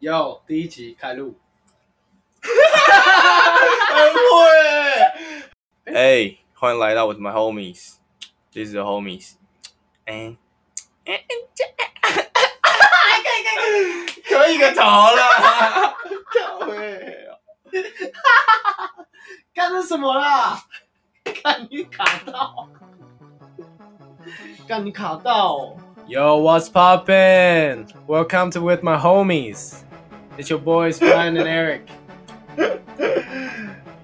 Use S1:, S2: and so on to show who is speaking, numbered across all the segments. S1: 要第一集开录，
S2: 很会。
S3: 哎，欢迎来到我的 my homies，this is the homies。哎，
S2: 可以个头了，
S1: 靠哎，干的什么啦？干你卡到，干你卡到哦、
S3: Yo, what's poppin? Welcome to with my homies.
S1: It's your boys Brian and Eric。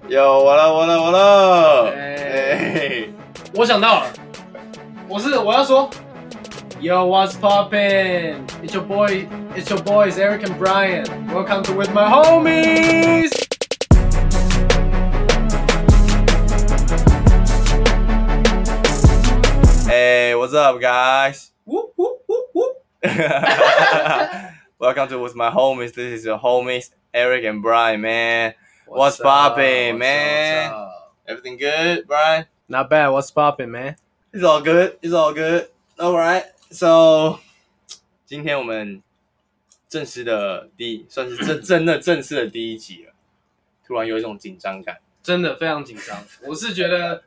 S3: Yo，完了完了完了！
S1: 哎
S3: 哎，
S1: 我想到了，我是我要说，Yo, what's poppin? It's your boy, it's your boys Eric and Brian. Welcome to with my homies.
S3: 哎，What's up, guys?
S1: 呜呜呜呜
S3: Welcome to with my homies. This is the homies Eric and Brian, man. What's poppin', man? Everything good, Brian?
S1: Not bad. What's poppin, man?
S3: It's all good. It's all good. All right. So，今天我们正式的第一，算是真真的正式的第一集了。突然有一种紧张感。
S1: 真的非常紧张。我是觉得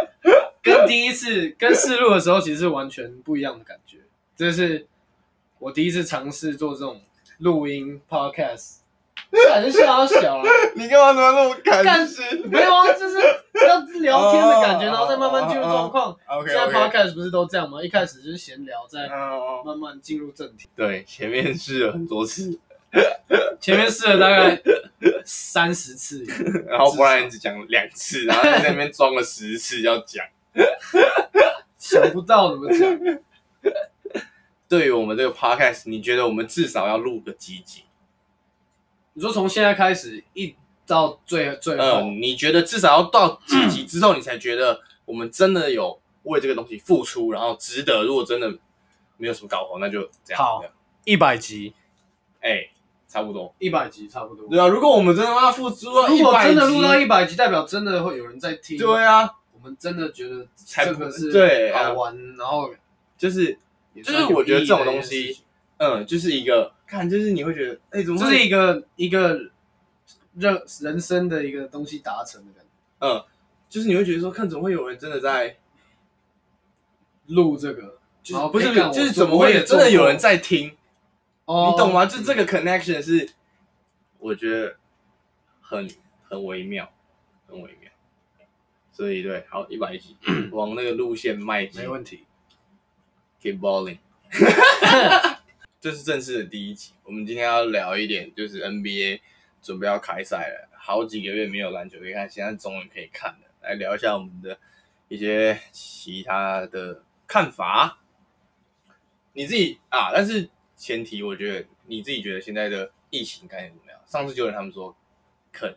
S1: 跟第一次跟试录的时候其实是完全不一样的感觉，这是我第一次尝试做这种录音 podcast，感觉是好小啊，
S3: 你干嘛突然那么
S1: 干
S3: 感性
S1: 没有啊，就是要聊天的感觉，然后再慢慢进入状况。
S3: ？OK
S1: 现在
S3: OK。
S1: podcast 不是都这样吗？一开始就是闲聊，再
S3: 嗯，
S1: 慢慢进入正题。
S3: 对，前面试了很 多次，
S1: 前面试了大概三十次，
S3: 然后不然只讲两 次，然后在那边装了十次要讲。
S1: 想不到怎么讲。
S3: 对于我们这个 podcast，你觉得我们至少要录个几 集？
S1: 你说从现在开始一到最最后，
S3: 嗯，你觉得至少要到几集之后，你才觉得我们真的有为这个东西付出，然后值得？如果真的没有什么搞头，那就这样。
S1: 好一百集，
S3: 哎、差不多。
S1: 一百集差不多。
S3: 对啊，如果我们真的要付出到
S1: 如
S3: 一
S1: 果
S3: 百
S1: 真的
S3: 集
S1: 录，到一百集，代表真的会有人在听。
S3: 对，啊，
S1: 我们真的觉得
S3: 才
S1: 这
S3: 不
S1: 个是
S3: 对啊
S1: 好玩，然后
S3: 就是
S1: 也
S3: 就
S1: 算
S3: 是我觉得这
S1: 有
S3: 种
S1: 意义的一
S3: 东
S1: 件事
S3: 西
S1: 情，，
S3: 嗯，就是一个看，就是你会觉得，哎、怎么
S1: 这
S3: 会
S1: 是一个一个热人生的一个东西达成的感觉。
S3: 嗯，就是你会觉得说，看怎么会有人真的在，
S1: 录这个，然
S3: 就是
S1: 后
S3: 哦不是
S1: 哎干我
S3: 就是
S1: 做
S3: 怎么
S1: 我
S3: 会
S1: 也
S3: 有真
S1: 做
S3: 的有
S1: 过
S3: 人在听？
S1: 哦
S3: 你懂吗？就这个 connection 是，我觉得很很微妙，很微妙。所以对，好一百集往那个路线迈进
S1: 没问题。
S3: ，keep balling。这是正式的第一集，我们今天要聊一点，就是 NBA 准备要开赛了，好几个月没有篮球可以看，现在终于可以看了。来聊一下我们的一些其他的看法。你自己啊，但是前提，我觉得你自己觉得现在的疫情该怎么样？上次就有他们说，肯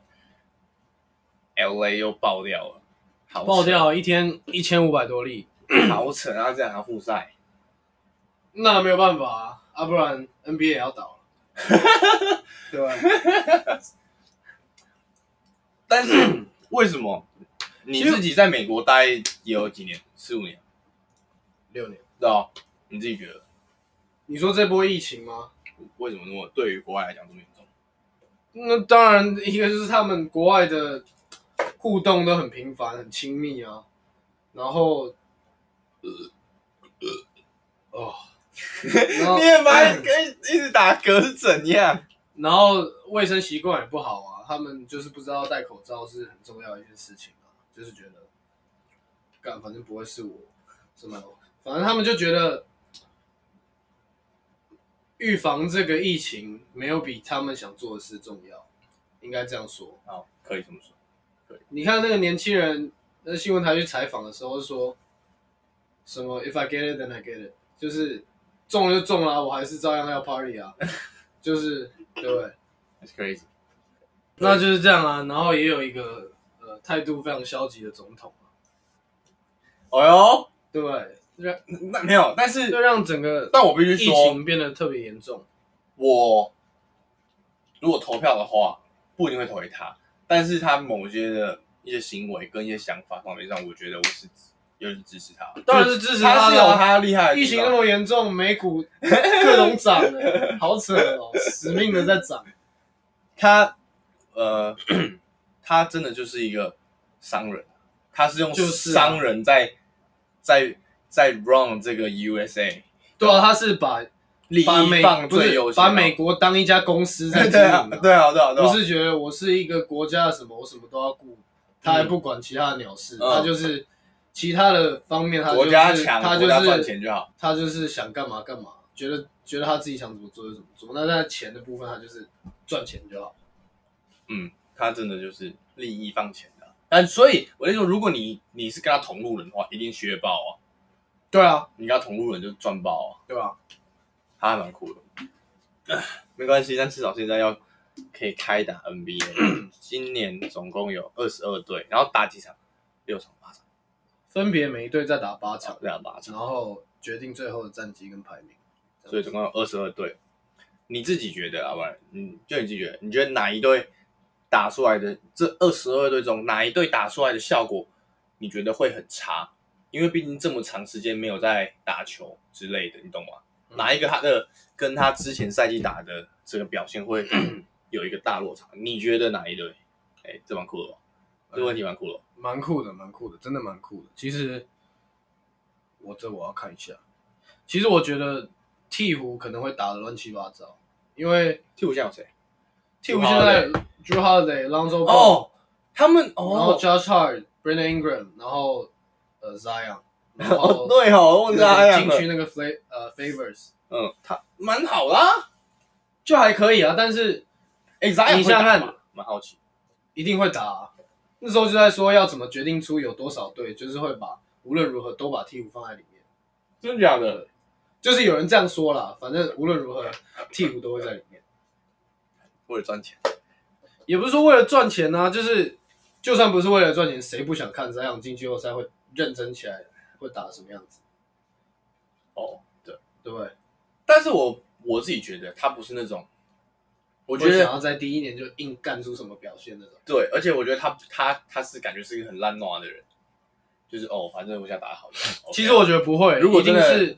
S3: LA 又爆掉了，好
S1: 爆掉一天一千五百多例，
S3: 扯，好扯啊！这样还复赛，
S1: 那没有办法啊，啊不然 NBA 也要倒了， 对吧？
S3: 但 是为什么你自己在美国待也有几年，四五年，
S1: 六年，
S3: 对吧？你自己觉得
S1: 你说这波疫情吗？
S3: 为什么那么对于国外来讲这么严重？
S1: 那当然，一个就是他们国外的互动都很频繁、很亲密啊，然后，呃，呃 哦，然后嗯
S3: 你也蛮跟一直打嗝是怎样？
S1: 然后卫生习惯也不好啊，他们就是不知道戴口罩是很重要的一件事情啊，就是觉得，干反正不会是我，什么，反正他们就觉得预防这个疫情没有比他们想做的事重要，应该这样说。
S3: 好，可以这么说。
S1: 你看那个年轻人，那新闻台去采访的时候说，什么 “If I get it, then I get it”，就是中了就中了啊，我还是照样要 party 啊， 就是对不对？
S3: That's crazy。
S1: 那就是这样啊。然后也有一个呃态度非常消极的总统啊，
S3: 哎呦，
S1: 对不对？让
S3: 那没有，但
S1: 就是让整个
S3: 但我必须
S1: 疫
S3: 说，
S1: 情变得特别严重。
S3: 我如果投票的话，不一定会投给他，但是他某些的一些行为跟一些想法方面上，我觉得我是有人支持他，
S1: 当然是支持
S3: 他
S1: 他
S3: 是
S1: 的
S3: 有
S1: 啊。
S3: 他厉害的地
S1: 疫
S3: 方，
S1: 情那么严重，美股各种涨、欸，好扯哦，死命的在涨。
S3: 他呃， 他真的就是一个商人，他是用
S1: 就是啊
S3: 商人在在在 run 这个 USA
S1: 对啊，他是把
S3: 利
S1: 把美
S3: 益放
S1: 不
S3: 最
S1: 是
S3: 优先啊，
S1: 把美国当一家公司 在经
S3: 对啊
S1: 营、
S3: 对啊对啊对啊，
S1: 不是觉得我是一个国家的什么，我什么都要顾，他还不管其他的鸟事，
S3: 嗯
S1: 他就是其他的方面，他就
S3: 国家
S1: 是
S3: 强，
S1: 他
S3: 国家赚
S1: 就是
S3: 钱就好，
S1: 他就是想干嘛干嘛，觉得觉得他自己想怎么做就怎么做。那在钱的部分，他就是赚钱就好。
S3: 嗯，他真的就是利益放前的啊。但所以我就说，如果你你是跟他同路人的话，一定削爆啊！
S1: 对啊，
S3: 你跟他同路人就赚爆啊！
S1: 对吧？
S3: 他还蛮酷的。没关系，但至少现在要可以开打 NBA，今年总共有二十二队，然后打几场？六场、八场，
S1: 分别每一队再打八场，
S3: 这样八
S1: 然
S3: 场，
S1: 后决定最后的战绩跟排名。
S3: 所以总共有二十二队。你自己觉得，啊，不然，你就你自己觉得，你觉得哪一队打出来的这二十二队中，哪一队打出来的效果，你觉得会很差？因为毕竟这么长时间没有在打球之类的，你懂吗？
S1: 嗯
S3: 哪一个他的跟他之前赛季打的这个表现 会有一个大落差？你觉得哪一队？哎、这蛮酷的、哦，这问题蛮酷的哦、
S1: 蛮酷的，蛮酷的，真的蛮酷的。其实我这我要看一下。其实我觉得鹈鹕可能会打的乱七八糟，因为
S3: 替补现在有谁？
S1: 鹈鹕现在 Drew Holiday、Lonzo Ball，、
S3: 哦，他们
S1: 然后
S3: 哦
S1: Josh Hart、Brandon Ingram，然后呃 Zion，然
S3: 哦
S1: 后
S3: 对哦，
S1: 那
S3: 忘
S1: 个
S3: 记他呀
S1: 禁区那个 Fla 呃 Favors
S3: 嗯，他蛮好啦、
S1: 就还可以啊，但是
S3: 哎、咱
S1: 你想想看，
S3: 蛮好奇。
S1: 一定会打啊、那时候就在说要怎么决定出有多少队，就是会把无论如何都把鹈鹕放在里面。
S3: 真的假的？
S1: 就是有人这样说啦，反正无论如何，鹈鹕都会在里面。
S3: 为了赚钱，
S1: 也不是说为了赚钱啊，就是就算不是为了赚钱，谁不想看这样进季后赛会认真起来，会打得什么样子，
S3: 哦，对。
S1: 对不对？
S3: 但是我我自己觉得他不是那种，我
S1: 我
S3: 觉
S1: 想
S3: 得
S1: 要在第一年就硬干出什么表现那种。
S3: 对，而且我觉得他他他是感觉是一个很烂惰的人，就是哦，反正我想打得好就好。
S1: 其实我觉得不会，
S3: 如果
S1: 一定
S3: 真的
S1: 是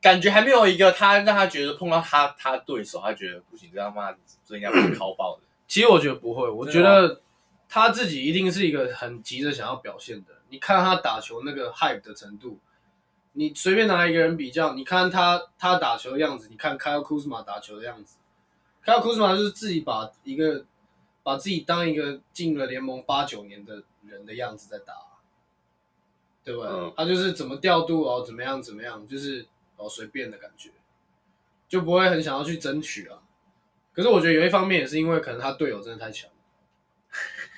S3: 感觉还没有一个他让他觉得碰到他他对手，他觉得不行，这他妈这应该被敲爆的。
S1: 其实我觉得不会，我觉得他自己一定是一个很急着想要表现的。你看他打球那个 hype 的程度，你随便拿一个人比较，你看他他打球的样子，你看 Kyle Kuzma 打球的样子，Kyle Kuzma 就是自己把一个把自己当一个进了联盟八九年的人的样子在打，对不对？
S3: 嗯
S1: 他就是怎么调度哦，怎么样怎么样，就是哦随便的感觉，就不会很想要去争取啊。可是我觉得有一方面也是因为可能他队友真的太强了，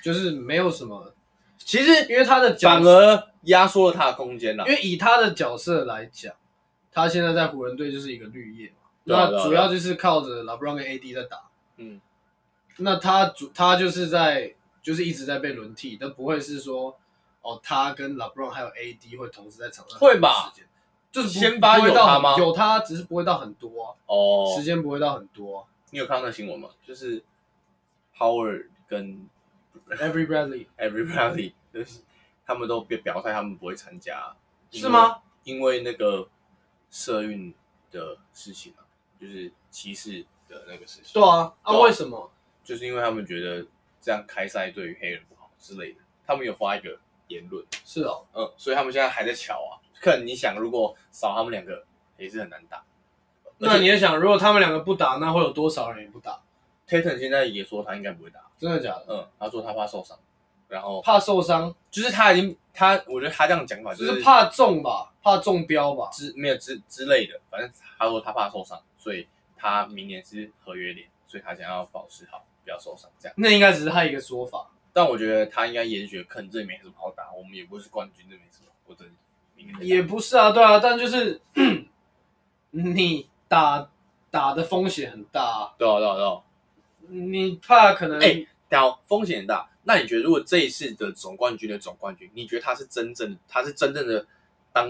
S1: 就是没有什么，
S3: 其实
S1: 因为他的角
S3: 反而压缩了他的空间啊了
S1: 因。为以他的角色来讲，他现在在湖人队就是一个绿叶嘛，
S3: 对啊对啊
S1: 那主要就是靠着 LeBron 跟 AD 在打，
S3: 嗯，
S1: 那他主他就是在就是一直在被轮替，但不会是说哦他跟 LeBron 还有 AD 会同时在场上
S3: 会吧
S1: 时间？就是不
S3: 先发
S1: 不会
S3: 有
S1: 到
S3: 他
S1: 很
S3: 吗
S1: 有他，只是不会到很多啊、
S3: 哦
S1: 时，间不会到很多啊、
S3: 你有看到那新闻吗？就是 Howard 跟
S1: Every Bradley
S3: Everybody，就是 他们都表表态，他们不会参加，
S1: 是吗？
S3: 因为那个社运的事情啊，就是歧视的那个事情。
S1: 对啊，啊
S3: 对啊
S1: 为什么？
S3: 就是因为他们觉得这样开赛对于黑人不好之类的，他们有发一个言论，
S1: 是哦，
S3: 嗯，所以他们现在还在瞧啊。可能你想，如果少他们两个也是很难打。
S1: 那你也想，如果他们两个不打，那会有多少人也不打？
S3: Tatum 现在也说他应该不会打，
S1: 真的假的？
S3: 嗯，他说他怕受伤，然后
S1: 怕受伤，
S3: 就是他已经他，我觉得他这样讲法
S1: 只
S3: 是
S1: 是怕中吧，怕中标吧。
S3: 之没有之之类的，反正他说他怕受伤，所以他明年是合约年，所以他想要保持好，不要受伤这样。
S1: 那应该只是他一个说法。
S3: 但我觉得他应该也是觉得，可能这没什么好打，我们也不是冠军，这没什么，我真的明年再打
S1: 也不是啊，对啊，但就是 你打打的风险很大啊，
S3: 对啊对啊对啊，
S1: 你怕可能、
S3: 哎但风险很大。那你觉得，如果这一次的总冠军的总冠军，你觉得他是真正他是真正的当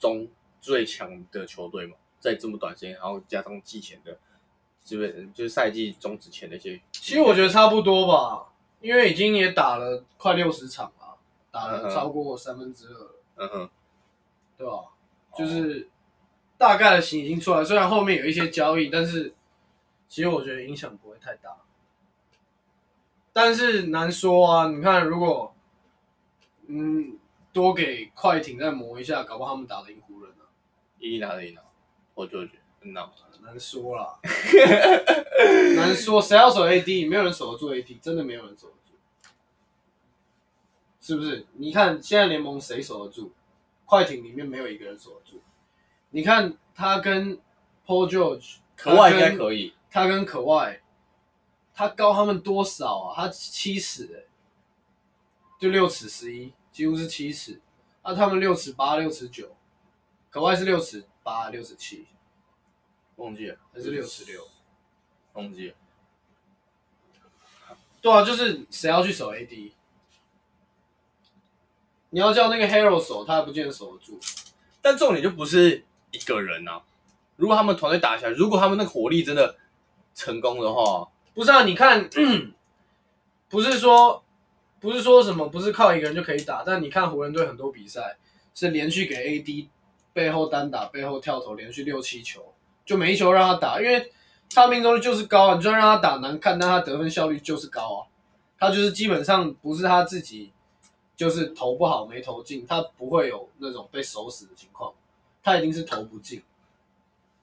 S3: 中最强的球队吗？在这么短时间，然后加上季前的，是不是就是赛季终止前的一些？
S1: 其实我觉得差不多吧，因为已经也打了快六十场了，打
S3: 嗯
S1: 了
S3: 哼
S1: 超过三分之二了。
S3: 嗯哼，
S1: 对吧？就是大概的型已经出来，虽然后面有一些交易，但是其实我觉得影响不会太大。但是难说啊，你看，如果嗯多给快艇再磨一下，搞不好他们打得赢湖人啊，
S3: 一拿得赢啊，我就觉得嗯很闹。
S1: 难说啦， 难说，谁要守 AD？没有人守得住 AD，真的没有人守得住，是不是？你看现在联盟谁守得住？快艇里面没有一个人守得住。你看他跟 Paul George，
S3: 可外应
S1: 他
S3: 该
S1: 跟
S3: 可以，
S1: 他跟可外，他高他们多少啊？他七尺、欸，就六尺十一，几乎是七尺。啊，他们六尺八、六尺九，可外是六尺八、六尺七，
S3: 忘记了
S1: 还是六尺六？
S3: 忘记了。
S1: 对啊，就是谁要去守 AD？你要叫那个 Hero 守，他不见得守得住。
S3: 但重点就不是一个人啊。如果他们团队打起来，如果他们那个火力真的成功的话，
S1: 不是啊，你看， 不是说不是说什么不是靠一个人就可以打，但你看湖人队很多比赛是连续给 AD 背后单打、背后跳投，连续六七球，就每一球让他打，因为他命中率就是高啊，你就算让他打难看，但他得分效率就是高啊，他就是基本上不是他自己就是投不好没投进，他不会有那种被守死的情况，他一定是投不进，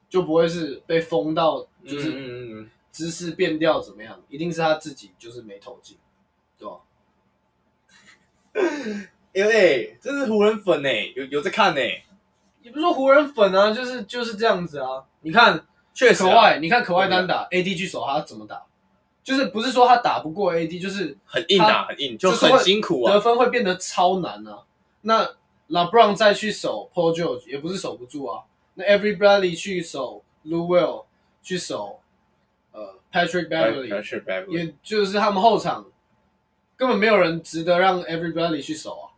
S1: 就不会是被封到就
S3: 就是
S1: 是
S3: 嗯嗯
S1: 姿势变调怎么样，一定是他自己就是没投进，对吧？
S3: 因为这哎是湖人粉呢、有有在看呢、欸
S1: 也不是说湖人粉啊，就是就是这样子啊。你看
S3: 确实、
S1: 可
S3: 啊，
S1: 外，你看可外单打 AD 去守他怎么打，就是不是说他打不过 AD，就是
S3: 很硬啊，很硬，就
S1: 就是会
S3: 很辛苦
S1: 得
S3: 啊。
S1: 分会变得超难啊。那 LeBron 再去守 Paul George 也不是守不住啊。那 Every Bradley 去守 Lou Will 去守呃 Patrick Beverly，
S3: 是 b a
S1: 也就是他们后场根本没有人值得让 everybody 去守啊。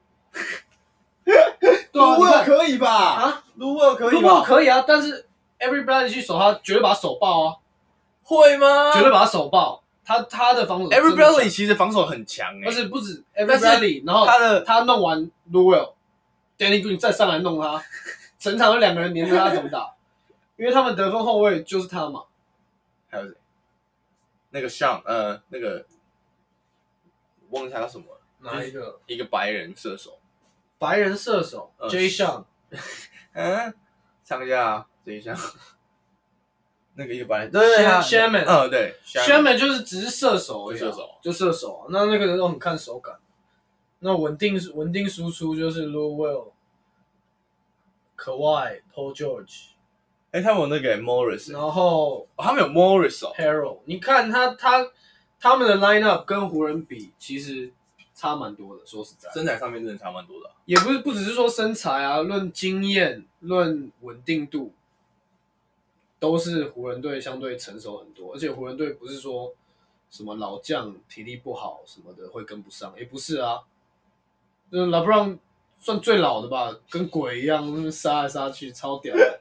S1: 对啊，
S2: 卢
S1: 你
S2: 沃
S1: 看
S2: 可以吧？
S1: 啊，
S2: 卢沃可
S1: 如
S2: 以
S1: 果
S2: 吧？
S1: 可以啊，但是 everybody 去守他，绝对把他手爆啊，
S3: 会吗
S1: 绝对把他手爆。他他的防守真的强
S3: ？Everybody 其实防守很强哎、
S1: 而且不止
S3: 但是
S1: everybody，然后
S3: 他的
S1: 他弄完 l u w e l Danny Green 再上来弄他，整场有两个人黏着他怎么打？ 因为他们得分后卫就是他嘛，
S3: 还有谁？那个像呃那个忘记他叫什么了，哪一
S1: 个
S3: 一个白人射手，
S1: 白人射手
S3: 呃
S1: J. Sean
S3: 嗯，上一下等一下，那个一个白人，对对对
S1: Sher-
S3: 他
S1: Sherman
S3: 嗯对
S1: Sherman 就是只是射手而已啊、
S3: 就射手
S1: 就射手啊、那那个人都很看手感。那稳定稳定输出就是 Lou Will、Kawhi、Paul George，
S3: 哎他们有那个 Morris，
S1: 然后
S3: 哦他们有 Morris 哦，
S1: Harold。你看他他他们的 lineup 跟湖人比，其实差蛮多的。说实在，
S3: 身材上面真的差蛮多的啊，
S1: 也不是不只是说身材啊，论经验、论稳定度，都是湖人队相对成熟很多。而且湖人队不是说什么老将体力不好什么的会跟不上，也不是啊。嗯，拉布朗算最老的吧，跟鬼一样那么杀来杀去，超屌的。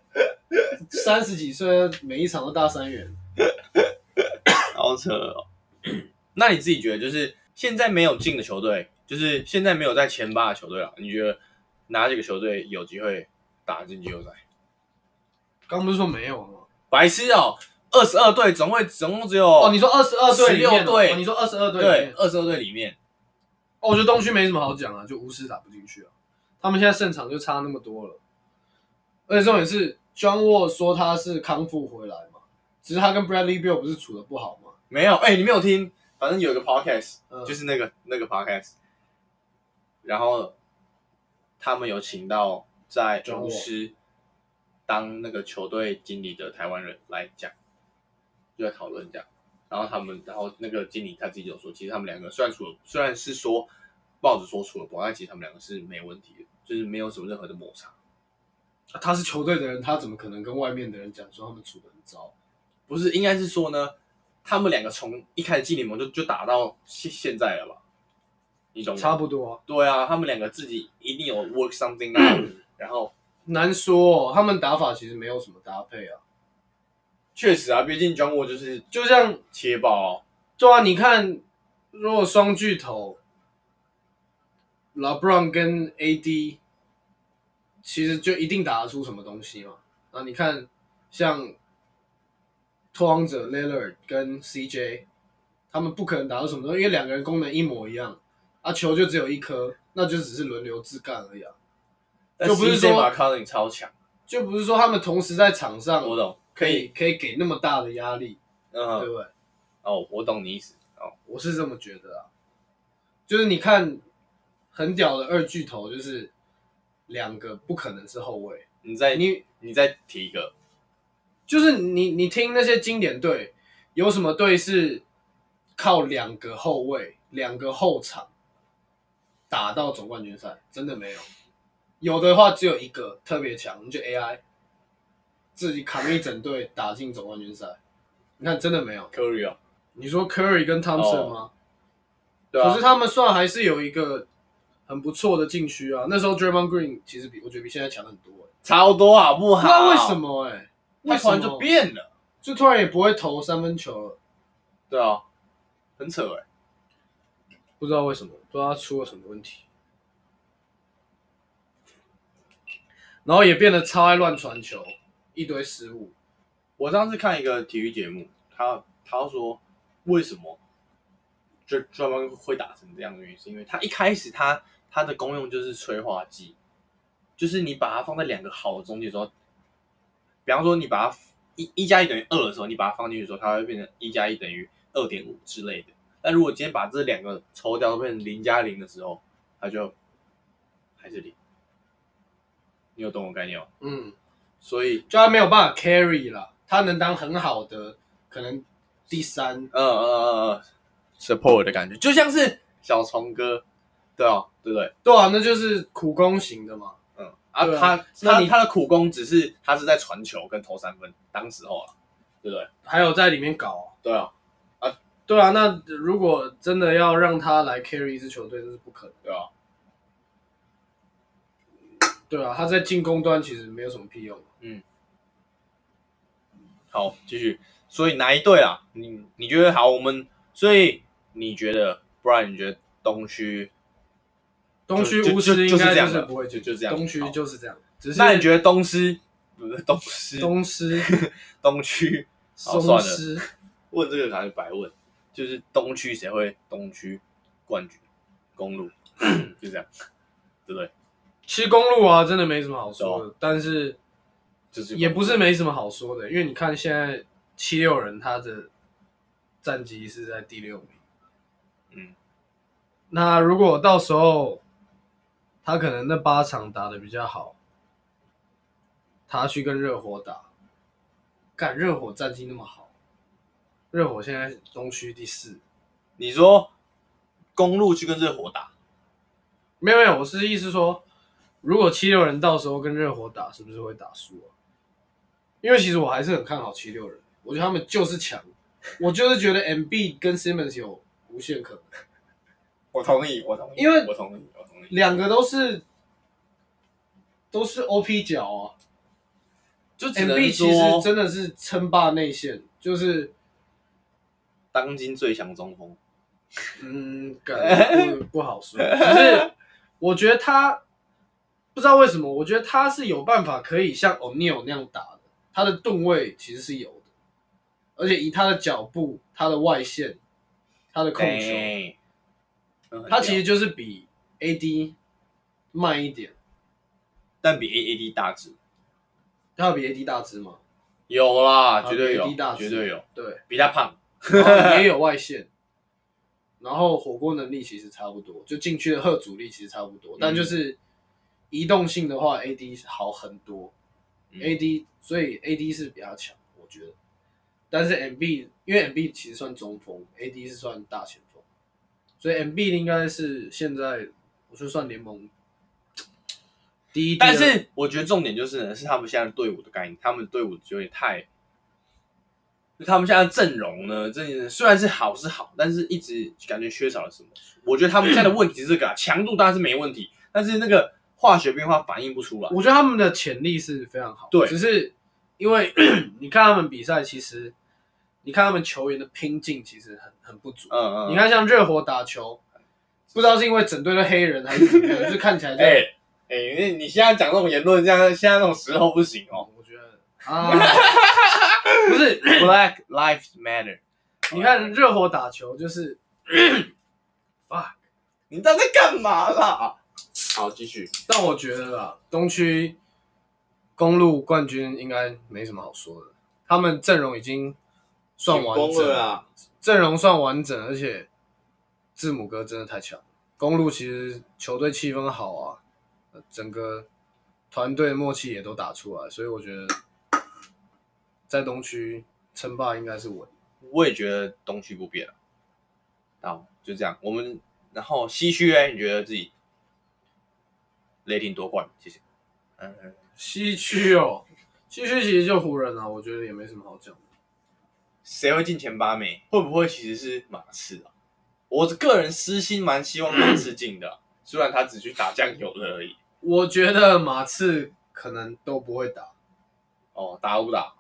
S1: 三十几岁，每一场都大三元。
S3: 好扯哦。 那你自己觉得就是现在没有进的球队，就是现在没有在前八的球队了，啊你觉得哪几个球队有机会打进季后赛？
S1: 刚不是说没有吗？
S3: 白痴哦，二十二队总会总共只有
S1: 哦，你说二十二队里面
S3: 16
S1: 哦
S3: 队
S1: 哦你说二十二队里
S3: 对
S1: 面，
S3: 二十二队里面，
S1: 哦，我觉得东区没什么好讲啊，就巫师打不进去啊。他们现在胜场就差那么多了，而且重点是 John Wall 说他是康复回来嘛，只是他跟 Bradley Beal 不是处的不好嘛。
S3: 没有，哎、你没有听，反正有一个 podcast，、
S1: 嗯
S3: 就是那个那个 podcast，然后他们有请到在
S1: 中
S3: 巫
S1: 国
S3: 师当那个球队经理的台湾人来讲，就在讨论这样。然后他们，然后那个经理他自己有说，其实他们两个虽然处虽然是说报纸说处了不好，但其实他们两个是没问题的，就是没有什么任何的摩擦。
S1: 啊他是球队的人，他怎么可能跟外面的人讲说他们处的很糟？
S3: 不是，应该是说呢，他们两个从一开始进联盟就就打到现现在了吧？你懂吗？
S1: 差不多啊、嗯
S3: 对啊，他们两个自己一定有 work something out，然后
S1: 难说、哦，他们打法其实没有什么搭配啊。
S3: 确实啊，毕竟 John Wall 就是
S1: 就像
S3: 切爆、
S1: 对啊，你看，如果双巨头，LeBron 跟 AD 其实就一定打得出什么东西嘛。啊，你看像拓荒者 Lillard 跟 CJ，他们不可能打出什么东西，因为两个人功能一模一样，啊，球就只有一颗，那就只是轮流自干而已啊。
S3: 但
S1: 就不是
S3: CJ
S1: 说
S3: 马卡林超强，
S1: 就不是说他们同时在场上
S3: 我懂，
S1: 可
S3: 可
S1: 以
S3: 以，
S1: 可以给那么大的压力，对
S3: 嗯，
S1: 不对？
S3: 哦，我懂你意思，哦，
S1: 我是这么觉得啊。就是你看很屌的二巨头，就是两个不可能是后卫，
S3: 你再
S1: 你
S3: 你再提一个，
S1: 就是你你听那些经典队，有什么队是靠两个后卫、两个后场打到总冠军赛？真的没有。有的话只有一个特别强，你就 AI 自己扛一整队打进总冠军赛。你看，真的没有。
S3: Curry 哦，
S1: 你说 Curry 跟 Thompson 吗？
S3: 对啊
S1: 可是，他们算还是有一个很不错的禁区啊。那时候 Draymond Green 其实比我觉得比现在强很多、欸，
S3: 超多好不
S1: 不
S3: 好？
S1: 知道为什，么哎、欸，为
S3: 他
S1: 什
S3: 突
S1: 么
S3: 然就变了，
S1: 就突然也不会投三分球了，
S3: 对啊，很扯哎，
S1: 不知道为什么，不知道他出了什么问题。然后也变得超爱乱传球，一堆失误。
S3: 我上次看一个体育节目，他他说为什么就专门会打成这样的原因，是因为他一开始他他的功用就是催化剂，就是你把它放在两个好的中间的时候，比方说你把它一一加一等于二的时候，你把它放进去的时候，它会变成一加一等于二点五之类的。但如果今天把这两个抽掉，变成零加零的时候，它就还是零。你有懂我概念吗？
S1: 嗯，
S3: 所以，
S1: 就他没有办法 carry 啦，他能当很好的可能第三，
S3: 嗯嗯嗯嗯，support 的感觉，就像是小虫哥，对啊，对不对？
S1: 对啊，那就是苦攻型的嘛。
S3: 嗯啊，
S1: 对啊
S3: 他
S1: 那
S3: 他
S1: 你
S3: 他的苦功只是他是在传球跟投三分，当时候啊，对不对？
S1: 还有在里面搞、啊，
S3: 对啊，
S1: 对啊，那如果真的要让他来 carry 一支球队，这是不可能。
S3: 对啊，
S1: 对啊，他在进攻端其实没有什么屁用。
S3: 好，继续。所以哪一队啊？你你觉得好？我们所以你觉得，不然你觉得东区？
S1: 东区
S3: 就就
S1: 巫师应
S3: 就就
S1: 该
S3: 是这
S1: 就
S3: 样
S1: 是
S3: 的
S1: 不会进
S3: 就就这样
S1: 东区
S3: 好
S1: 就是这样。只是
S3: 那你觉得东师不是东师
S1: 东师、
S3: 东区？ 好
S1: 松
S3: 算了
S1: 狮，
S3: 问这个感觉白问，就是东区谁会东区冠军？公路就这样，对不对？
S1: 其实公路啊，真的没什么好说
S3: 啊
S1: 的，但是
S3: 就是
S1: 也不是没什么好说的，因为你看现在七六人他的战绩是在第六名，
S3: 嗯，
S1: 那如果到时候他可能那八场打的比较好，他去跟热火打，干热火战绩那么好，热火现在东区第四，
S3: 你说公路去跟热火打，
S1: 没有没有，我是意思说，如果七六人到时候跟热火打，是不是会打输啊？因为其实我还是很看好七六人，我觉得他们就是强，我就是觉得 M B 跟 Simmons 有无限可能，
S3: 我同意，我同
S1: 因为
S3: 我同意，我同意，
S1: 两个都是都是 O P 角啊。
S3: 就只
S1: M
S3: 能
S1: B 其实
S3: 说
S1: 真的是称霸内线，就是
S3: 当今最强中锋，
S1: 嗯，感不不好说。只是我觉得他不知道为什么，我觉得他是有办法可以像 O'Neal 那样打的，他的吨位其实是有的，而且以他的脚步、他的外线、他的控球，
S3: 哎嗯很
S1: 他其实
S3: 屌
S1: 就是比 AD 慢一点，
S3: 但比 A A D 大只，
S1: 他有比 AD 大只吗？
S3: 有啦，
S1: 他
S3: 绝对
S1: 比 AD
S3: 有，
S1: 大只
S3: 绝对有，
S1: 对，
S3: 比他胖，
S1: 然后 也有外线，然后火锅能力其实差不多，就禁区的贺阻力其实差不多，但
S3: 嗯
S1: 就是移动性的话，AD 好很多、
S3: 嗯
S1: a d 所以 AD 是比较强，我觉得。但是 MB 因为 MB 其实算中锋，AD 是算大前锋，所以 MB 应该是现在我就算联盟第一，第二
S3: 但是我觉得重点就是呢，是他们现在队伍的概念，他们队伍有点太，就他们现在的阵容呢，真的虽然是好是好，但是一直感觉缺少了什么。我觉得他们现在的问题是这个、啊，强度当然是没问题，但是那个化学变化反映不出来。
S1: 我觉得他们的潜力是非常好，
S3: 对
S1: 只是因为 你看他们比赛，其实你看他们球员的拼劲其实很很不足。
S3: 嗯嗯，
S1: 你看像热火打球，不知道是因为整队都黑人还是怎么样，就是看起来就
S3: 哎、哎、那你现在讲这种言论，这样现在这种时候不行哦。
S1: 我觉得啊， 不 是，
S3: Black Lives Matter，
S1: 你看热火打球就是，啊，
S3: 你到底在干嘛啦？好，继续。
S1: 但我觉得啦，东区公路冠军应该没什么好说的，他们阵容已经算完
S2: 紧
S1: 整
S2: 绷了啦，
S1: 阵容算完整，而且字母哥真的太强了。公路其实球队气氛好啊，呃整个团队默契也都打出来，所以我觉得在东区称霸应该是稳。
S3: 我也觉得东区不变了。啊好，就这样。我们然后西区哎，你觉得自己雷霆夺冠？谢谢。嗯，嗯
S1: 西区哦，西区其实就湖人啊，我觉得也没什么好讲的。
S3: 谁会进前八名？会不会其实是马刺啊？我个人私心蛮希望马刺进 的啊，虽然他只去打酱油了而已。
S1: 我觉得马刺可能都不会打，
S3: 哦，打不打？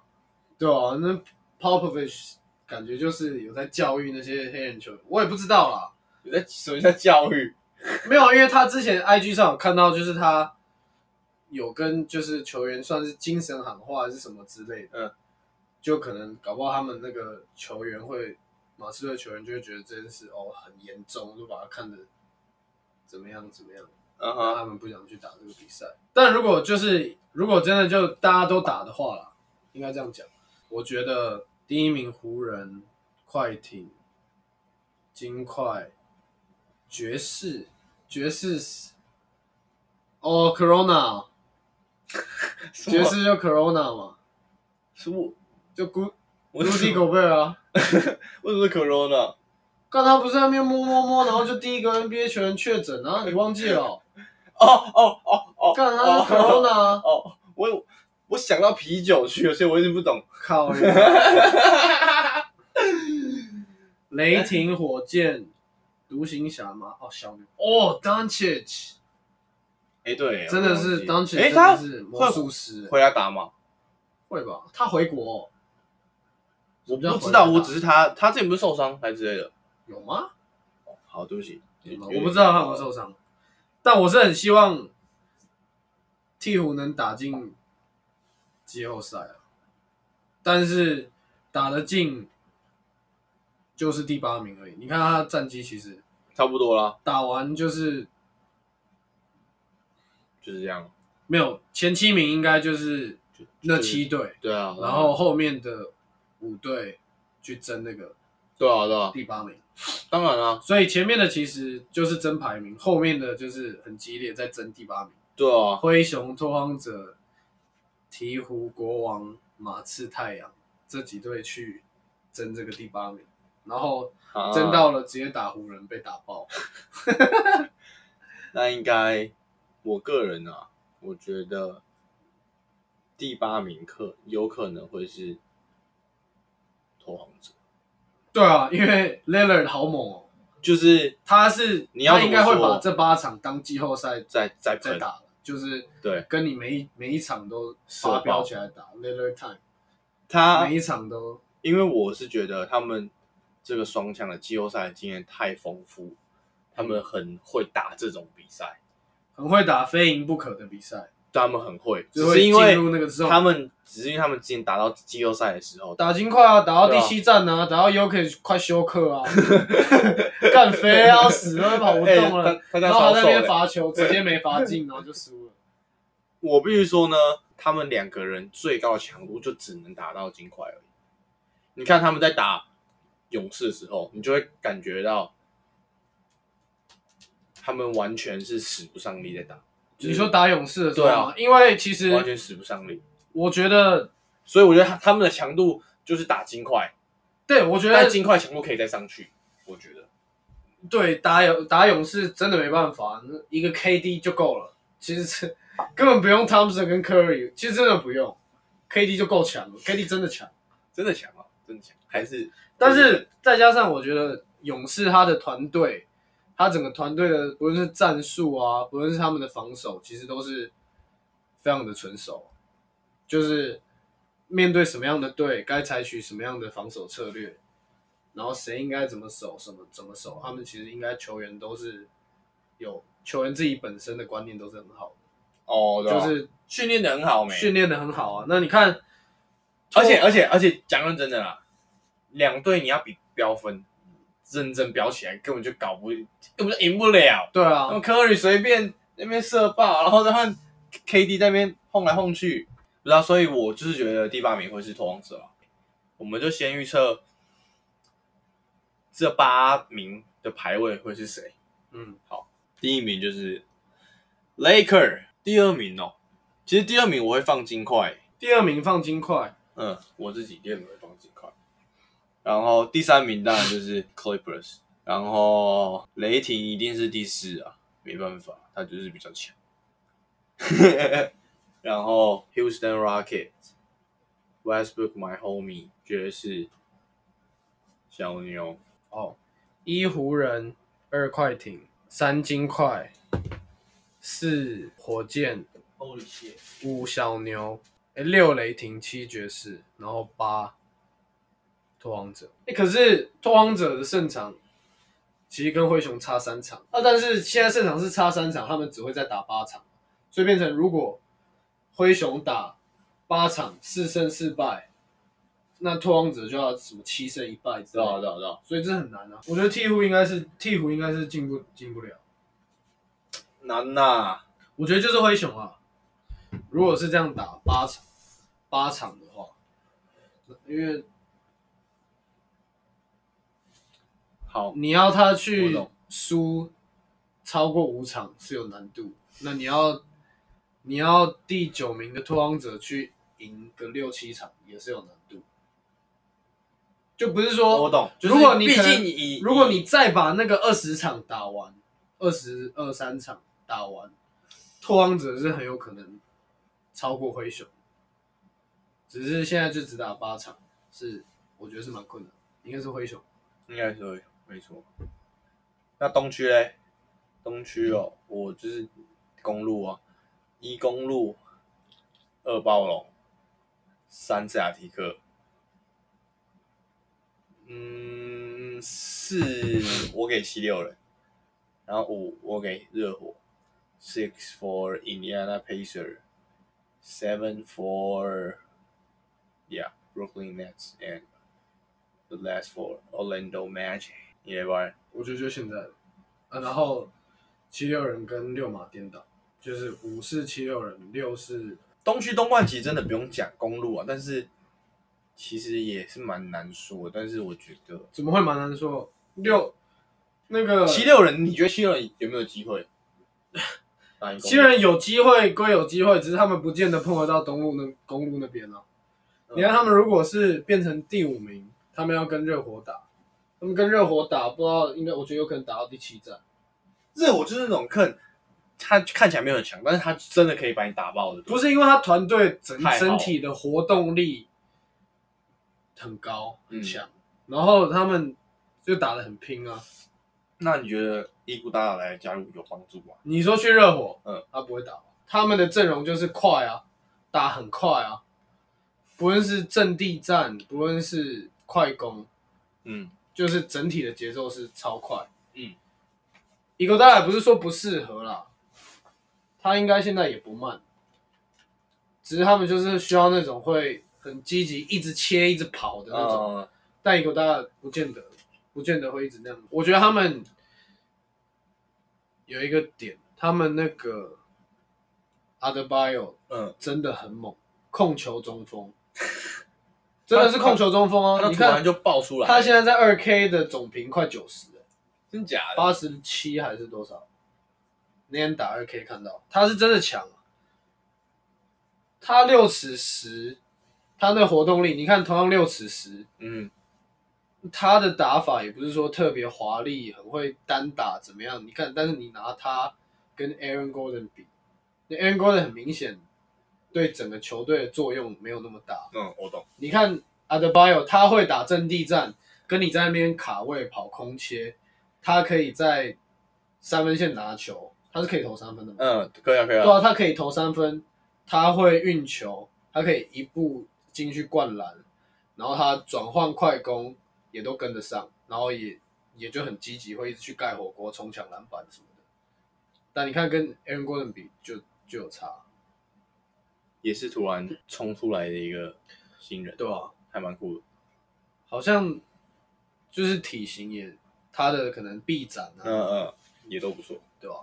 S1: 对啊，那 Popovich 感觉就是有在教育那些黑人球员，我也不知道啦。
S3: 有在什么叫教育？
S1: 没有，因为他之前 IG 上有看到，就是他有跟就是球员算是精神喊话还是什么之类的，
S3: 嗯，
S1: 就可能搞不好他们那个球员会马刺队球员就会觉得这件事哦很严重，就把他看得怎么样怎么样，
S3: 嗯
S1: 然后
S3: 哼，
S1: 他们不想去打这个比赛。但如果就是如果真的就大家都打的话啦，应该这样讲，我觉得第一名湖人、快艇、金块、爵士、爵士是哦，Corona，爵士就 Corona 嘛，
S3: 是我，
S1: 就古
S3: 我
S1: 古迪狗贝尔啊，
S3: 为什么是 Corona？
S1: 刚他不是在那边摸摸摸，然后就第一个 NBA 球员确诊啊，你忘记了哦？
S3: 哦哦哦哦，
S1: 干他是
S3: 哦
S1: Corona，啊
S3: 哦，我我想到啤酒去了，所以我一直不懂。
S1: 靠！雷霆、火箭、独行侠吗？哦，小牛哦 d o n c i c
S3: 哎、对，
S1: 真的是 d o
S3: 当
S1: n c
S3: 时
S1: i
S3: 哎、
S1: c 真
S3: 他
S1: 的是魔术师，
S3: 回来打吗？
S1: 会吧？他回国哦、什
S3: 我
S1: 么叫
S3: 不知道，
S1: 回来打
S3: 我只是他，他之前不是受伤还之类的。
S1: 有吗？
S3: 好，对不起，
S1: 有吗我不知道他有没有受伤，但我是很希望鹈鹕能打进季后赛啊，但是打得进就是第八名而已。你看他的战绩其实
S3: 差不多啦，
S1: 打完就是
S3: 就是这样。
S1: 没有，前七名应该就是那七队，
S3: 对啊，
S1: 然后后面的五队去争那个
S3: 对啊，对啊，
S1: 第八名。
S3: 当然啊，
S1: 所以前面的其实就是争排名，后面的就是很激烈在争第八名。
S3: 对啊，
S1: 灰熊、拓荒者、鹈鹕、国王、马刺、太阳这几队去争这个第八名，然后
S3: 啊
S1: 争到了直接打湖人被打爆。
S3: 那应该，我个人啊，我觉得第八名可有可能会是拓荒者，
S1: 对啊，因为 Lillard 好猛哦，
S3: 就是
S1: 他是
S3: 你要
S1: 他
S3: 怎么
S1: 应该会
S3: 说
S1: 把这八场当季后赛
S3: 在
S1: 再
S3: 在喷，
S1: 打了，就是
S3: 对
S1: 跟你每一每一场都发飙起来打 l i t t l e time，
S3: 他
S1: 每一场都
S3: 因为我是觉得他们这个双枪的季后赛经验太丰富，他们很会打这种比赛，
S1: 很会打非赢不可的比赛，
S3: 他们很会，
S1: 就
S3: 只
S1: 会
S3: 是因为
S1: 进入那个之后，
S3: 他们只是因为他们之前打到季后赛的时候，
S1: 打金块啊，打到第七站啊，打到 U 可以快休克 啊，干肥要死，都跑不动了，
S3: 哎他他这
S1: 然
S3: 样
S1: 后
S3: 超
S1: 他那
S3: 瘦
S1: 边
S3: 的。
S1: 罚 球直接没罚进，然后就输了。
S3: 我必须说呢，他们两个人最高的强度就只能打到金块而已。你看他们在打勇士的时候，你就会感觉到他们完全是使不上力在打，
S1: 你说打勇士的时候
S3: 对
S1: 吗，
S3: 啊
S1: 因为其
S3: 完
S1: 实
S3: 全使不上力。
S1: 我觉得，
S3: 所以我觉得他他们的强度就是打金块，
S1: 对我觉得
S3: 但金块强度可以再上去，我觉得。
S1: 对，打勇打勇士真的没办法，那一个 KD 就够了。其实是 根本不用 Thompson 跟 Curry，其实真的不用，KD 就够强了，KD 真的强。
S3: 真的强啊，真的强，还是
S1: 但是再加上我觉得勇士他的团队，他整个团队的不论是战术啊，不论是他们的防守，其实都是非常的纯熟，就是面对什么样的队，该采取什么样的防守策略，然后谁应该怎么守，什么怎么守，他们其实应该球员都是有球员自己本身的观念都是很好的，
S3: 哦，对啊
S1: 就是
S3: 训哦练的很好没？
S1: 训练的很好啊。那你看，
S3: 而且而且而且讲认真的啦，两队你要比飙分，认真飙起来根本就搞不，根本就赢不了。
S1: 对
S3: 那
S1: 啊，
S3: 么科里随便那边射爆，然后他们 KD 在那边晃来晃去，不知道，所以我就是觉得第八名会是拓荒者啊。我们就先预测这八名的排位会是谁？
S1: 嗯，
S3: 第一名就是 Laker，第二名哦，其实第二名我会放金块，
S1: 第二名放金块，
S3: 嗯，我自己也没会放金块。然后第三名当然就是 Clippers，然后雷霆一定是第四啊，没办法，他就是比较强。 然后 Houston Rockets、Westbrook my homie 爵士、小牛，
S1: 哦，一湖人，二快艇，三金块，四火箭，
S3: 哦耶，
S1: 五小牛，哎、六雷霆，七爵士，然后八拓荒者。哎、可是拓荒者的胜场其实跟灰熊差三场，啊，但是现在胜场是差三场，他们只会再打八场，所以变成如果灰熊打八场四胜四败，那拓荒者就要什么七胜一败之
S3: 知
S1: 类的，
S3: 道知道知道。
S1: 所以这很难啊。我觉得鹈鹕应该是鹈鹕应该是进不进不了，
S3: 难呐、
S1: 我觉得就是灰熊啊。如果是这样打八场八场的话，因为
S3: 好，
S1: 你要他
S3: 我
S1: 去
S3: 懂
S1: 输超过五场是有难度，那你要你要第九名的拓荒者去赢个六七场也是有难度，就不是说
S3: 我懂。就是
S1: 如果你
S3: 毕
S1: 可能
S3: 竟以
S1: 如果你再把那个二十场打完，二十二三场打完，拓荒者是很有可能超过灰熊，只是现在就只打八场，是我觉得是蛮困难，应该是灰熊。
S3: 应该是会，没错。那东区嘞？东区哦，我就是公路啊，一公路，二暴龙，三塞亚提克，嗯，四我给七六人，然后五我给热火，six for Indiana Pacers，seven for yeah Brooklyn Nets and the last four Orlando Magic。也玩
S1: 我觉得就现在了，啊，然后七六人跟六马颠倒，就是五是七六人，六是
S3: 东区东冠其实真的不用讲公路啊，但是其实也是蛮难说。但是我觉得
S1: 怎么会蛮难说六那个
S3: 七六人，你觉得七六人有没有机会？ 打赢公路
S1: 七六人有机会归有机会，只是他们不见得碰得到东路那公路那边啊。
S3: 嗯
S1: 你看他们如果是变成第五名，他们要跟热火打，他们跟热火打，不知道应该我觉得有可能打到第七战。
S3: 热火就是那种看他看起来没有很强，但是他真的可以把你打爆的。
S1: 不是因为他团队整
S3: 太好
S1: 整体的活动力很高很
S3: 嗯
S1: 强，然后他们就打得很拼啊。
S3: 那你觉得伊古达来加入有帮助吗？
S1: 你说去热火，
S3: 嗯，
S1: 他不会打吧，他们的阵容就是快啊，打很快啊，不论是阵地战，不论是快攻，
S3: 嗯，
S1: 就是整体的节奏是超快。
S3: 嗯，
S1: 伊戈达也不是说不适合啦，他应该现在也不慢，只是他们就是需要那种会很积极、一直切、一直跑的那种。
S3: 呃，
S1: 但伊戈达不见得，不见得会一直那样。我觉得他们有一个点，他们那个阿德巴约
S3: 嗯，
S1: 真的很猛，控球中 锋，真的是控球中锋哦。
S3: 他
S1: 你
S3: 突
S1: 看
S3: 然就爆出来，
S1: 他现在在二 K 的总评快九十，
S3: 真假的？
S1: 八十七还是多少？那天打二 K 看到他是真的强、啊，他六尺十，他那活动力，你看同样六尺十，
S3: 嗯，
S1: 他的打法也不是说特别华丽，很会单打怎么样？你看，但是你拿他跟 Aaron Gordon 比，那 Aaron Gordon 很明显对整个球队的作用没有那么大，
S3: 嗯，我懂。
S1: 你看 Adebayo，他会打阵地战，跟你在那边卡位跑空切，他可以在三分线拿球，他是可以投三分的嘛？
S3: 嗯，可以啊，可以
S1: 对
S3: 啊。
S1: 啊，他可以投三分，他会运球，他可以一步进去灌篮，然后他转换快攻也都跟得上，然后也也就很积极，会一直去盖火锅、冲抢篮板什么的。但你看跟 Aaron Gordon 比，就就有差，
S3: 也是突然冲出来的一个新人，
S1: 对啊吧、
S3: 还蛮酷的。
S1: 好像就是体型也，他的可能臂展啊，
S3: 嗯嗯，也都不错。
S1: 对吧、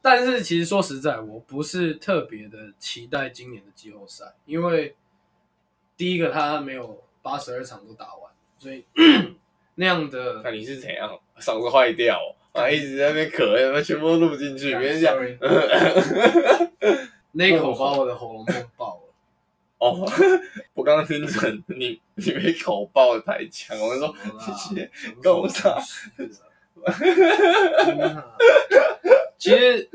S1: 但是其实说实在，我不是特别的期待今年的季后赛，因为第一个他没有八十二场都打完，所以 那样的
S3: 那你是怎样？嗓子坏掉、哦，啊，一直在那边咳，要不然全部都录不进去，别人讲
S1: Sorry 那一口把我的喉咙弄爆了。
S3: 哦， 我刚刚听成你 你被口爆太强，我就说谢谢。狗傻
S1: 其实，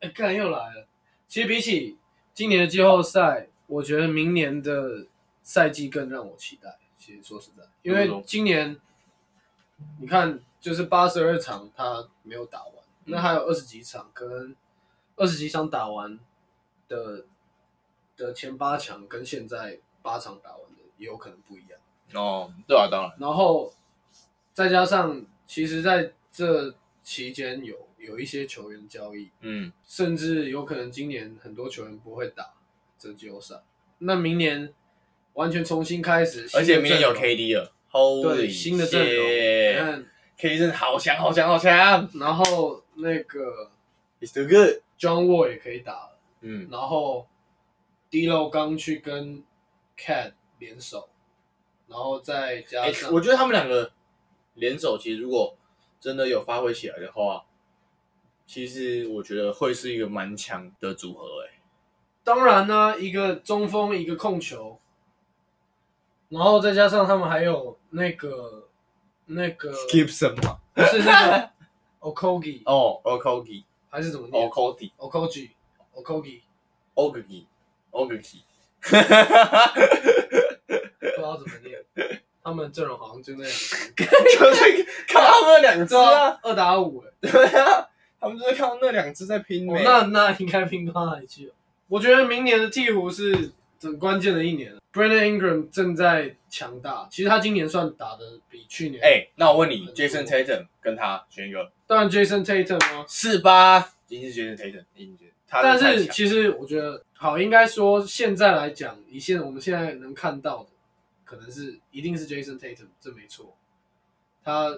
S1: 哎，干、又来了。其实比起今年的季后赛，我觉得明年的赛季更让我期待。其实说实在，因
S3: 怎么
S1: 为
S3: 说
S1: 今年你看，就是八十二场他没有打完，那还有二十几场，可能二十几场打完的的前八强跟现在八场打完的也有可能不一样。
S3: 哦，对啊，当然，
S1: 然后再加上，其实在这期间有有一些球员交易，
S3: 嗯，
S1: 甚至有可能今年很多球员不会打这季后赛，那明年完全重新开始，
S3: 而且明天有
S1: 新的阵容
S3: KD 了，Holy
S1: 对新的阵容，你
S3: shit
S1: 看，
S3: ，KD 真的好强，好强，好强
S1: 然后那个
S3: ，It's too good，
S1: John Wall 也可以打了，
S3: 嗯，
S1: 然后 d l o 刚去跟 Cat 联手，然后再加
S3: 哎、
S1: 上、
S3: 我觉得他们两个联手，其实如果真的有发挥起来的话，其实我觉得会是一个蛮强的组合、哎，
S1: 当然呢、一个中锋，一个控球，然后再加上他们还有那个那个
S2: Gibson 嘛，
S1: 不是那个 Okogi
S3: 哦 o k o g i
S1: 还是怎么
S3: o
S1: 念
S3: k o g i
S1: ？Okogi Okogi
S3: o k o g i o k o g i
S1: 不知道怎么念，他们阵容好像就那样，
S3: 就是靠他们两只
S1: 对啊
S3: 啊，，
S1: 二打五哎，
S3: 对啊，他们就是靠那两只在拼
S1: 哦
S3: 美。
S1: 那那应该拼到哪里去了？哦我觉得明年的鹈鹕是很关键的一年，Brandon Ingram 正在强大，其实他今年算打的比去年，
S3: 哎、那我问你
S1: 很多
S3: ，Jason Tatum 跟他选一个
S1: 当然 Jason Tatum 啊，
S3: 四八，一定是 Jason Tatum，一定是 Jason- 他
S1: 但
S3: 真的
S1: 是
S3: 太强
S1: 其实我觉得，好，应该说现在来讲，以现我们现在能看到的，可能是一定是 Jason Tatum，这没错。他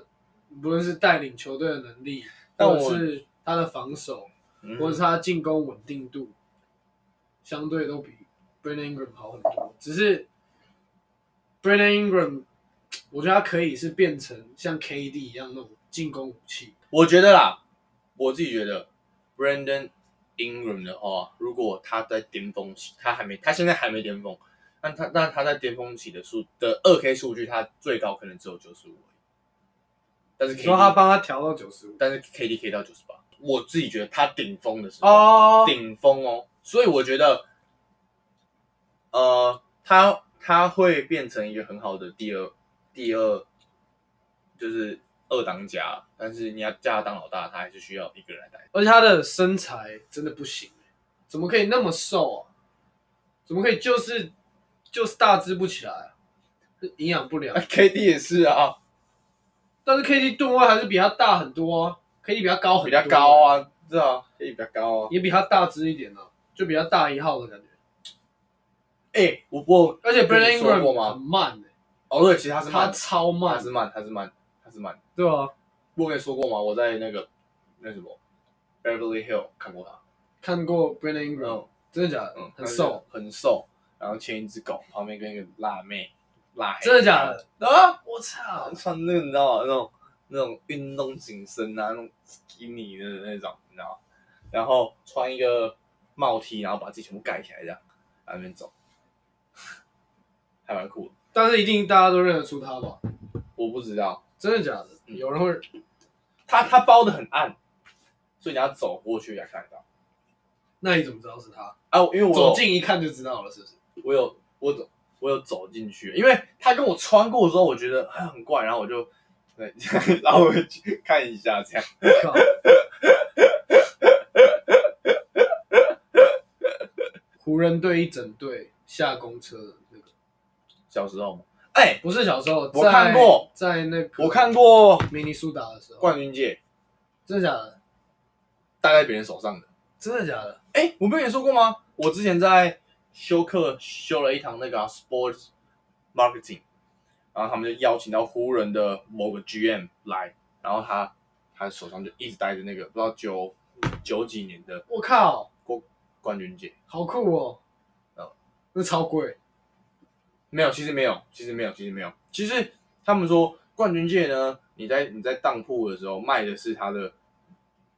S1: 不论是带领球队的能力，
S3: 但
S1: 或
S3: 我
S1: 者是他的防守，
S3: 嗯
S1: 或者是他进攻稳定度，相对都比 Brandon Ingram 好很多。只是 Brandon Ingram，我觉得他可以是变成像 KD 一样那种进攻武器。
S3: 我觉得啦，我自己觉得，Brandon Ingram 的话，如果他在巅峰期，他还没，他现在还没巅峰，那他那他在巅峰期的数的二 K 数据，他最高可能只有九十五，但是
S1: 你说他
S3: KD，
S1: 帮他调到九十五
S3: 但是 KD 可以到九十八，我自己觉得他顶峰的时候，
S1: 哦
S3: 顶峰哦，所以我觉得，呃，他他会变成一个很好的第二第二，就是二当家，但是你要叫他当老大，他还是需要一个人来带。
S1: 而且他的身材真的不行，怎么可以那么瘦啊？怎么可以就是就是大只不起来、啊，营养不良。
S3: K D 也是啊，
S1: 但是 KD 吨位还是比他大很多啊，KD 比他高很
S3: 比
S1: 多，
S3: 较高，啊，是啊，K D 比较高啊。
S1: 也比他大只一点啊，就比他大一号的感觉。
S3: 哎、我我
S1: 而且 Brandon
S3: 跟你说过
S1: Ingram
S3: 吗
S1: 很慢、欸，
S3: 哦对，其实他是
S1: 他
S3: 慢，
S1: 超
S3: 他
S1: 慢
S3: 是，慢，他是慢，他是慢。
S1: 对啊，
S3: 我跟你说过吗？我在那个那什么 Beverly Hill 看过他，
S1: 看过 Brandon Ingram，、
S3: 嗯
S1: 真的假的？
S3: 嗯，
S1: 很瘦，，
S3: 很瘦，然后牵一只狗，旁边跟一个辣妹，辣黑，
S1: 真的假的？
S3: 啊！
S1: 我操！
S3: 穿那个你知道吗？那种那种运动紧身啊，那种 skinny 的那种，你知道吗？然后穿一个帽 T，然后把自己全部盖起来，这样在那边走，还蛮酷的。
S1: 但是一定大家都认得出他吧？
S3: 我不知道，
S1: 真的假的？
S3: 嗯
S1: 有人会
S3: 他他包的很暗，所以你要走过去才看得到。
S1: 那你怎么知道是他？
S3: 啊，因为我
S1: 走
S3: 有
S1: 近一看就知道了，是不是？
S3: 我有我走我有走进去，因为他跟我穿过的时候，我觉得哎很怪，然后我就对 拉回去看一下这样。
S1: 靠！湖人队一整队下公车的那个，
S3: 小时候嘛，哎、
S1: 不是小时候，
S3: 我
S1: 在
S3: 看过，
S1: 在那个
S3: 我看过
S1: 明尼苏达的时候，
S3: 冠军戒
S1: 真的假的？
S3: 戴在别人手上的。
S1: 真的假的？
S3: 哎、我没有跟你说过吗？我之前在修课修了一堂那个啊、sports marketing，然后他们就邀请到湖人的某个 GM 来，然后他他手上就一直戴着那个不知道九九几年的
S1: 我靠，
S3: 冠冠军戒指。
S1: 好酷哦！
S3: 哦
S1: 那超贵，
S3: 没有，其实没有，其实没有，其实没有。其实他们说冠军戒呢，你在你在当铺的时候卖的是它的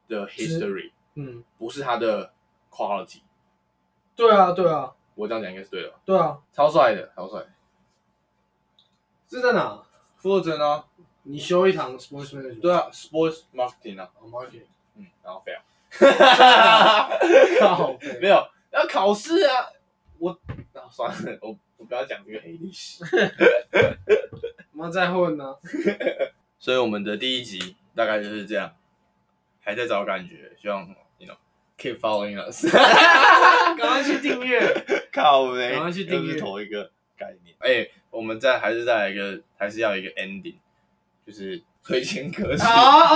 S3: 的 history，
S1: 嗯，
S3: 不是它的 quality。
S1: 对啊，对啊，
S3: 我这样讲应该是对的吧？
S1: 对啊，
S3: 超帅的，超帅的。
S1: 这在哪？
S3: 负责人呢？
S1: 你修一堂 sports management，
S3: 对啊，sports marketing 啊，
S1: 哦，marketing，
S3: 嗯，然后 fail，
S1: 靠
S3: 没
S1: 背，
S3: 有要考试啊。我那、啊、算了，我我不要讲这个黑历史。
S1: 妈在混啊呢，
S3: 所以我们的第一集大概就是这样，还在找感觉，希望 you know keep following us。
S1: 赶快去订阅，
S3: 靠呗，
S1: 赶快去订阅
S3: 又是同一个概念。哎、我们再还是再来一个，还是要有一个 ending，就是推荐歌曲。
S1: 好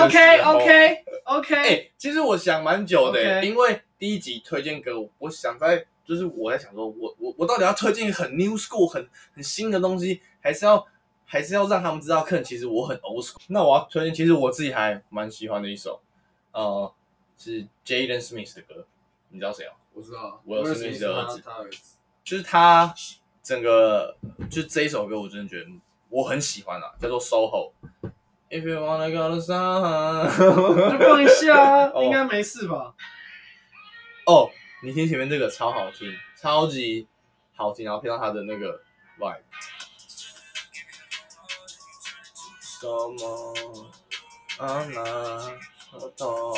S3: 哎、
S1: ，OK，OK，OK，
S3: 其实我想蛮久的欸
S1: OK
S3: 因为第一集推荐歌，我我想在就是我在想说，我我我到底要推荐很 new school 很很新的东西，还是要还是要让他们知道，看其实我很 old school。那我要推荐，其实我自己还蛮喜欢的一首，呃，是 Jaden Smith 的歌，你知道谁吗？哦
S1: 我知道，
S3: 我有
S1: 认
S3: 是
S1: 识
S3: 你的儿子
S1: 他儿子，
S3: 就是他整个就这一首歌，我真的觉得我很喜欢啊，叫做 SOHO。If you wanna go to sun，
S1: 就放一 下啊，
S3: 哦
S1: 应该没事吧？
S3: 哦，你听前面这个超好听，超级好听，然后配上他的那个 vibe。什么？啊那我懂。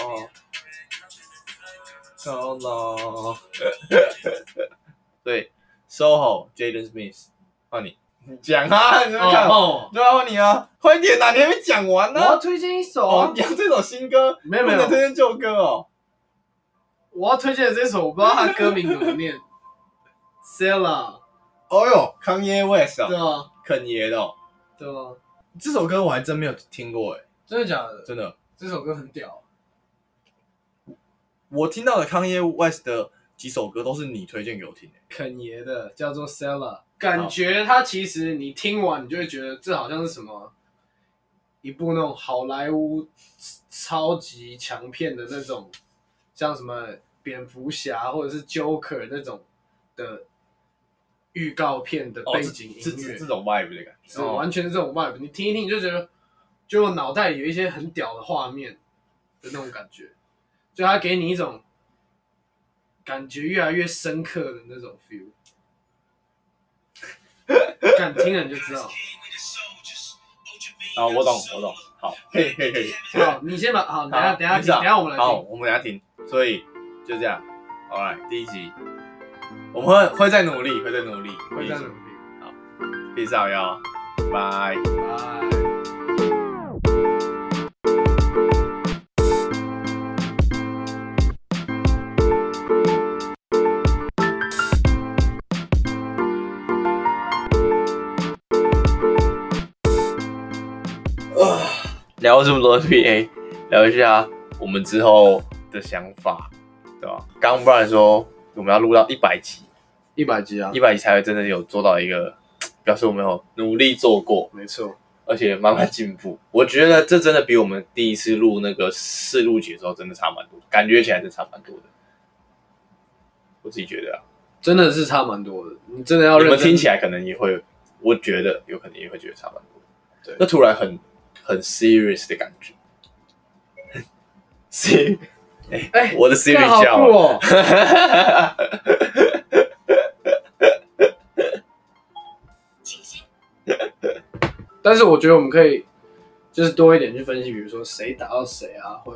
S3: 高老。 对，SOHO Jaden Smith，换你，你讲啊，你怎么看？
S1: 哦，
S3: 对啊，换你啊，快点啊，你还没讲完
S1: 我
S3: 呢、
S1: 要推荐一首啊
S3: 哦，你，要这首新歌，
S1: 没有没
S3: 不能推
S1: 有，
S3: 荐旧歌哦。
S1: 我要推荐的这首，我不知道它歌名怎么念，Sella，
S3: 哦哟，康耶 West
S1: 对啊，
S3: 哦，肯爷的、哦，
S1: 对啊，
S3: 这首歌我还真没有听过哎，
S1: 真的假的？
S3: 真的，
S1: 这首歌很屌，
S3: 我听到的康耶 West 的几首歌都是你推荐给我听的。
S1: 肯爷的叫做 Sella，感觉它其实你听完你就会觉得这好像是什么一部那种好莱坞超级强片的那种，像什么蝙蝠侠或者是 Joker 那种的预告片
S3: 哦
S1: 的背景
S3: 这
S1: 哦音
S3: 这
S1: 乐
S3: 这，种 vibe 的感觉，哦
S1: 是哦完全是这种 vibe，你听一听你就觉得，就我脑袋里有一些很屌的画面的那种感觉，就它给你一种感觉越来越深刻的那种 feel。敢听了你就知道。
S3: 啊、我懂，我懂，好，嘿嘿嘿。
S1: 好，你先把好，等一下
S3: 好
S1: 等一下
S3: 没
S1: 听，
S3: 事啊
S1: 等一下我们来
S3: 好，
S1: 听。
S3: 我们等一下停。所以就这样，好来第一集，我们会会再努力，会再努力，
S1: 会这样子。
S3: peace out 哟，拜。
S1: 拜。
S3: 聊了这么多 PA，聊一下我们之后的想法，对吧？刚刚不然说我们要录到一百集，
S1: 一百集啊，
S3: 一百集才会真的有做到一个，表示我们有努力做过，
S1: 没错，
S3: 而且慢慢进步。我觉得这真的比我们第一次录那个试录集的时候真的差蛮多，感觉起来真的差蛮多的。我自己觉得、啊，
S1: 真的是差蛮多的。你真的要
S3: 你们
S1: 认真
S3: 听起来可能也会，我觉得有可能也会觉得差蛮多。
S1: 对
S3: 那突然很很 serious 的感觉。 是，哎、
S1: 哎
S3: 我的 Siri
S1: 干好
S3: 叫啊
S1: 酷
S3: 了，
S1: 哦！ 但是我觉得我们可以就是多一点去分析，比如说谁打到谁啊，会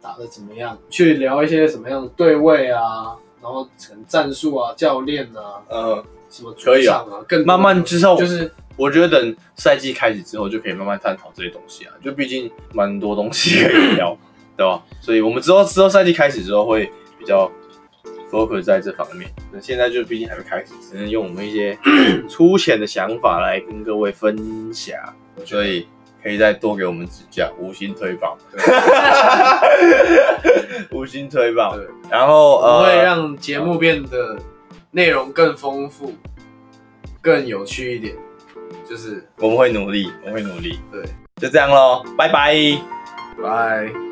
S1: 打的怎么样，去聊一些什么样的对位啊，然后可能战术啊、教练啊、
S3: 嗯，
S1: 什么主
S3: 可以啊
S1: 场啊，更多
S3: 慢慢之后，
S1: 就是
S3: 我觉得等赛季开始之后，就可以慢慢探讨这些东西啊。就毕竟蛮多东西可 以聊，对吧？所以我们之后之后赛季开始之后会比较 focus 在这方面。那现在就毕竟还没开始，只 能用我们一些粗浅的想法来跟各位分享。所以可以再多给我们指教，五星推 榜，五星推榜
S1: 对。
S3: 然后
S1: 我会
S3: 呃，
S1: 让节目变得内容更丰富、更有趣一点，就是
S3: 我们会努力，我们会努力。
S1: 对，
S3: 就这样喽，拜拜。
S1: 拜。